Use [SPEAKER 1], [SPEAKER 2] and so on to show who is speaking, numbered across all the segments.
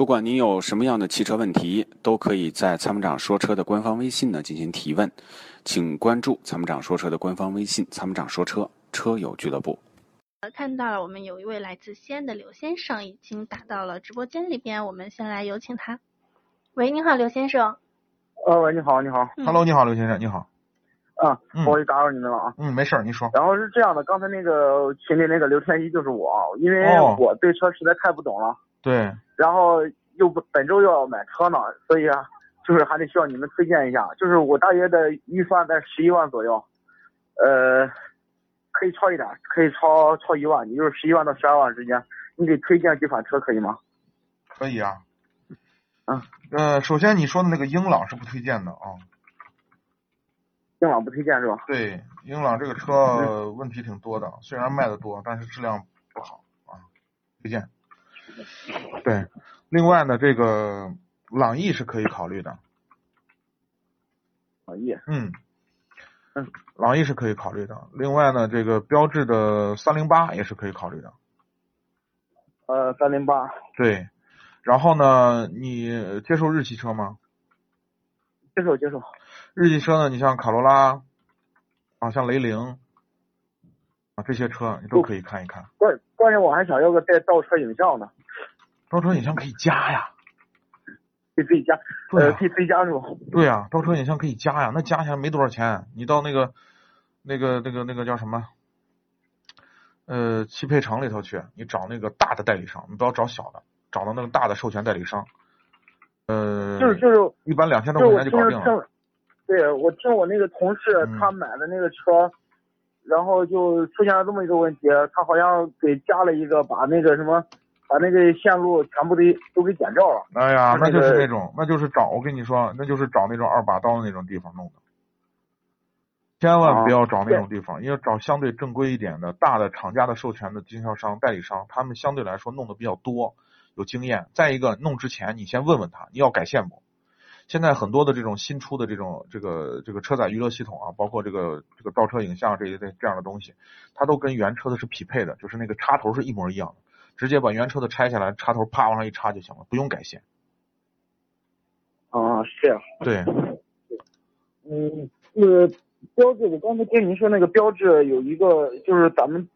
[SPEAKER 1] 不管您有什么样的汽车问题，都可以在参谋长说车的官方微信呢进行提问，请关注参谋长说车的官方微信“参谋长说车车友俱乐部”。
[SPEAKER 2] 呃，看到了，我们有一位来自西安的刘先生已经打到了直播间里边，我们先来有请他。喂，您好，刘先生。
[SPEAKER 3] 呃，喂，你好，你好，
[SPEAKER 2] 嗯
[SPEAKER 4] Hello，你好，刘先生，你好。
[SPEAKER 3] 啊，
[SPEAKER 4] 嗯
[SPEAKER 3] 不好意思打扰你们了啊。
[SPEAKER 4] 嗯，没事儿，您说。
[SPEAKER 3] 然后是这样的，刚才那个群里那个刘天一就是我，啊因为
[SPEAKER 4] 哦
[SPEAKER 3] 我对车实在太不懂了，
[SPEAKER 4] 对，
[SPEAKER 3] 然后又不本周又要买车呢，所以啊，就是还得需要你们推荐一下，就是我大约的预算在十一万左右，呃，可以超一点，可以超超一万，也就是十一万到十二万之间，你给推荐几款车可以吗？
[SPEAKER 4] 可以啊。
[SPEAKER 3] 嗯。
[SPEAKER 4] 呃，首先你说的那个英朗是不推荐的啊。
[SPEAKER 3] 英朗不推荐是吧？
[SPEAKER 4] 对，英朗这个车
[SPEAKER 3] 嗯
[SPEAKER 4] 问题挺多的，虽然卖的多，但是质量不好啊，推荐。对，另外呢，这个朗逸是可以考虑的，
[SPEAKER 3] 网易，
[SPEAKER 4] 嗯，
[SPEAKER 3] 嗯，
[SPEAKER 4] 朗逸是可以考虑的。另外呢，这个标致的三零八也是可以考虑的。
[SPEAKER 3] 呃，三零八，
[SPEAKER 4] 对，然后呢，你接受日系车吗？
[SPEAKER 3] 接受接受，
[SPEAKER 4] 日系车呢，你像卡罗拉啊，像雷凌啊这些车，你都可以看一看。
[SPEAKER 3] 关关键我还想要个带倒车影像的，
[SPEAKER 4] 倒车影像可以加呀，
[SPEAKER 3] 给自己加，
[SPEAKER 4] 对啊
[SPEAKER 3] 呃，
[SPEAKER 4] 呀、
[SPEAKER 3] 可以追加是吧？
[SPEAKER 4] 对呀、倒车影像可以加呀，那加起来没多少钱。你到那个那个那个那个叫什么？呃，汽配城里头去，你找那个大的代理商，你不要找小的，找到那个大的授权代理商。呃，
[SPEAKER 3] 就是就是
[SPEAKER 4] 一般两千
[SPEAKER 3] 就是
[SPEAKER 4] 多
[SPEAKER 3] 我
[SPEAKER 4] 块钱
[SPEAKER 3] 听
[SPEAKER 4] 就搞定了。
[SPEAKER 3] 听，对我听我那个同事
[SPEAKER 4] 嗯
[SPEAKER 3] 他买的那个车，然后就出现了这么一个问题，他好像给加了一个把那个什么，把那个线路全部都都给减掉了。
[SPEAKER 4] 哎呀，
[SPEAKER 3] 他
[SPEAKER 4] 那
[SPEAKER 3] 那
[SPEAKER 4] 就是
[SPEAKER 3] 个
[SPEAKER 4] 那种，那就是找我跟你说，那就是找那种二把刀的那种地方弄的，千万不要找那种地方，因为找相对正规一点的大的厂家的授权的经销商、代理商，他们相对来说弄的比较多，有经验。再一个，弄之前你先问问他，你要改线不？现在很多的这种新出的这种这个这个车载娱乐系统啊，包括这个这个倒车影像这一类这样的东西，它都跟原车的是匹配的，就是那个插头是一模一样的，直接把原车的拆下来，插头啪往上一插就行了，不用改线。
[SPEAKER 3] 啊，是这样。
[SPEAKER 4] 对，
[SPEAKER 3] 嗯，那个标志，我刚才听您说那个标志有一个，就是咱们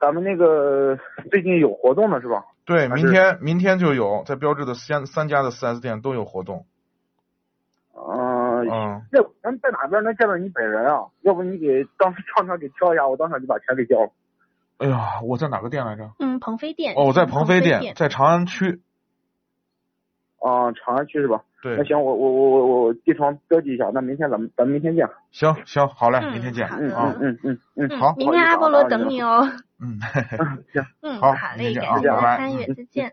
[SPEAKER 3] 咱们那个最近有活动的是吧？
[SPEAKER 4] 对，
[SPEAKER 3] 还
[SPEAKER 4] 明
[SPEAKER 3] 是
[SPEAKER 4] 天明天就有，在标志的三三家的四 S 店都有活动。
[SPEAKER 3] 嗯、
[SPEAKER 4] 嗯，
[SPEAKER 3] 那咱在哪边能见到你本人啊？要不你给当当场给挑一下，我当场就把钱给交了。
[SPEAKER 4] 哎呀，我在哪个店来着？
[SPEAKER 2] 嗯，鹏飞店。
[SPEAKER 4] 哦，我在
[SPEAKER 2] 鹏
[SPEAKER 4] 鹏飞
[SPEAKER 2] 店。
[SPEAKER 4] 店，在长安区。
[SPEAKER 3] 啊、长安区是吧？那
[SPEAKER 4] 对，
[SPEAKER 3] 行，我我我我我地方标记一下，那明天咱们咱们明天见。
[SPEAKER 4] 行行，好嘞，
[SPEAKER 2] 嗯
[SPEAKER 4] 明天见
[SPEAKER 2] 好
[SPEAKER 3] 嗯
[SPEAKER 2] 的
[SPEAKER 4] 啊
[SPEAKER 3] 嗯。嗯嗯嗯，
[SPEAKER 2] 嗯
[SPEAKER 4] 好
[SPEAKER 2] 明天阿波罗等你哦。
[SPEAKER 4] 嗯，
[SPEAKER 3] 嗯行。
[SPEAKER 2] 嗯，
[SPEAKER 4] 好
[SPEAKER 2] 嘞，
[SPEAKER 4] 明天
[SPEAKER 2] 感谢
[SPEAKER 4] 见啊
[SPEAKER 2] 您的
[SPEAKER 4] 拜拜
[SPEAKER 2] 参与，再见。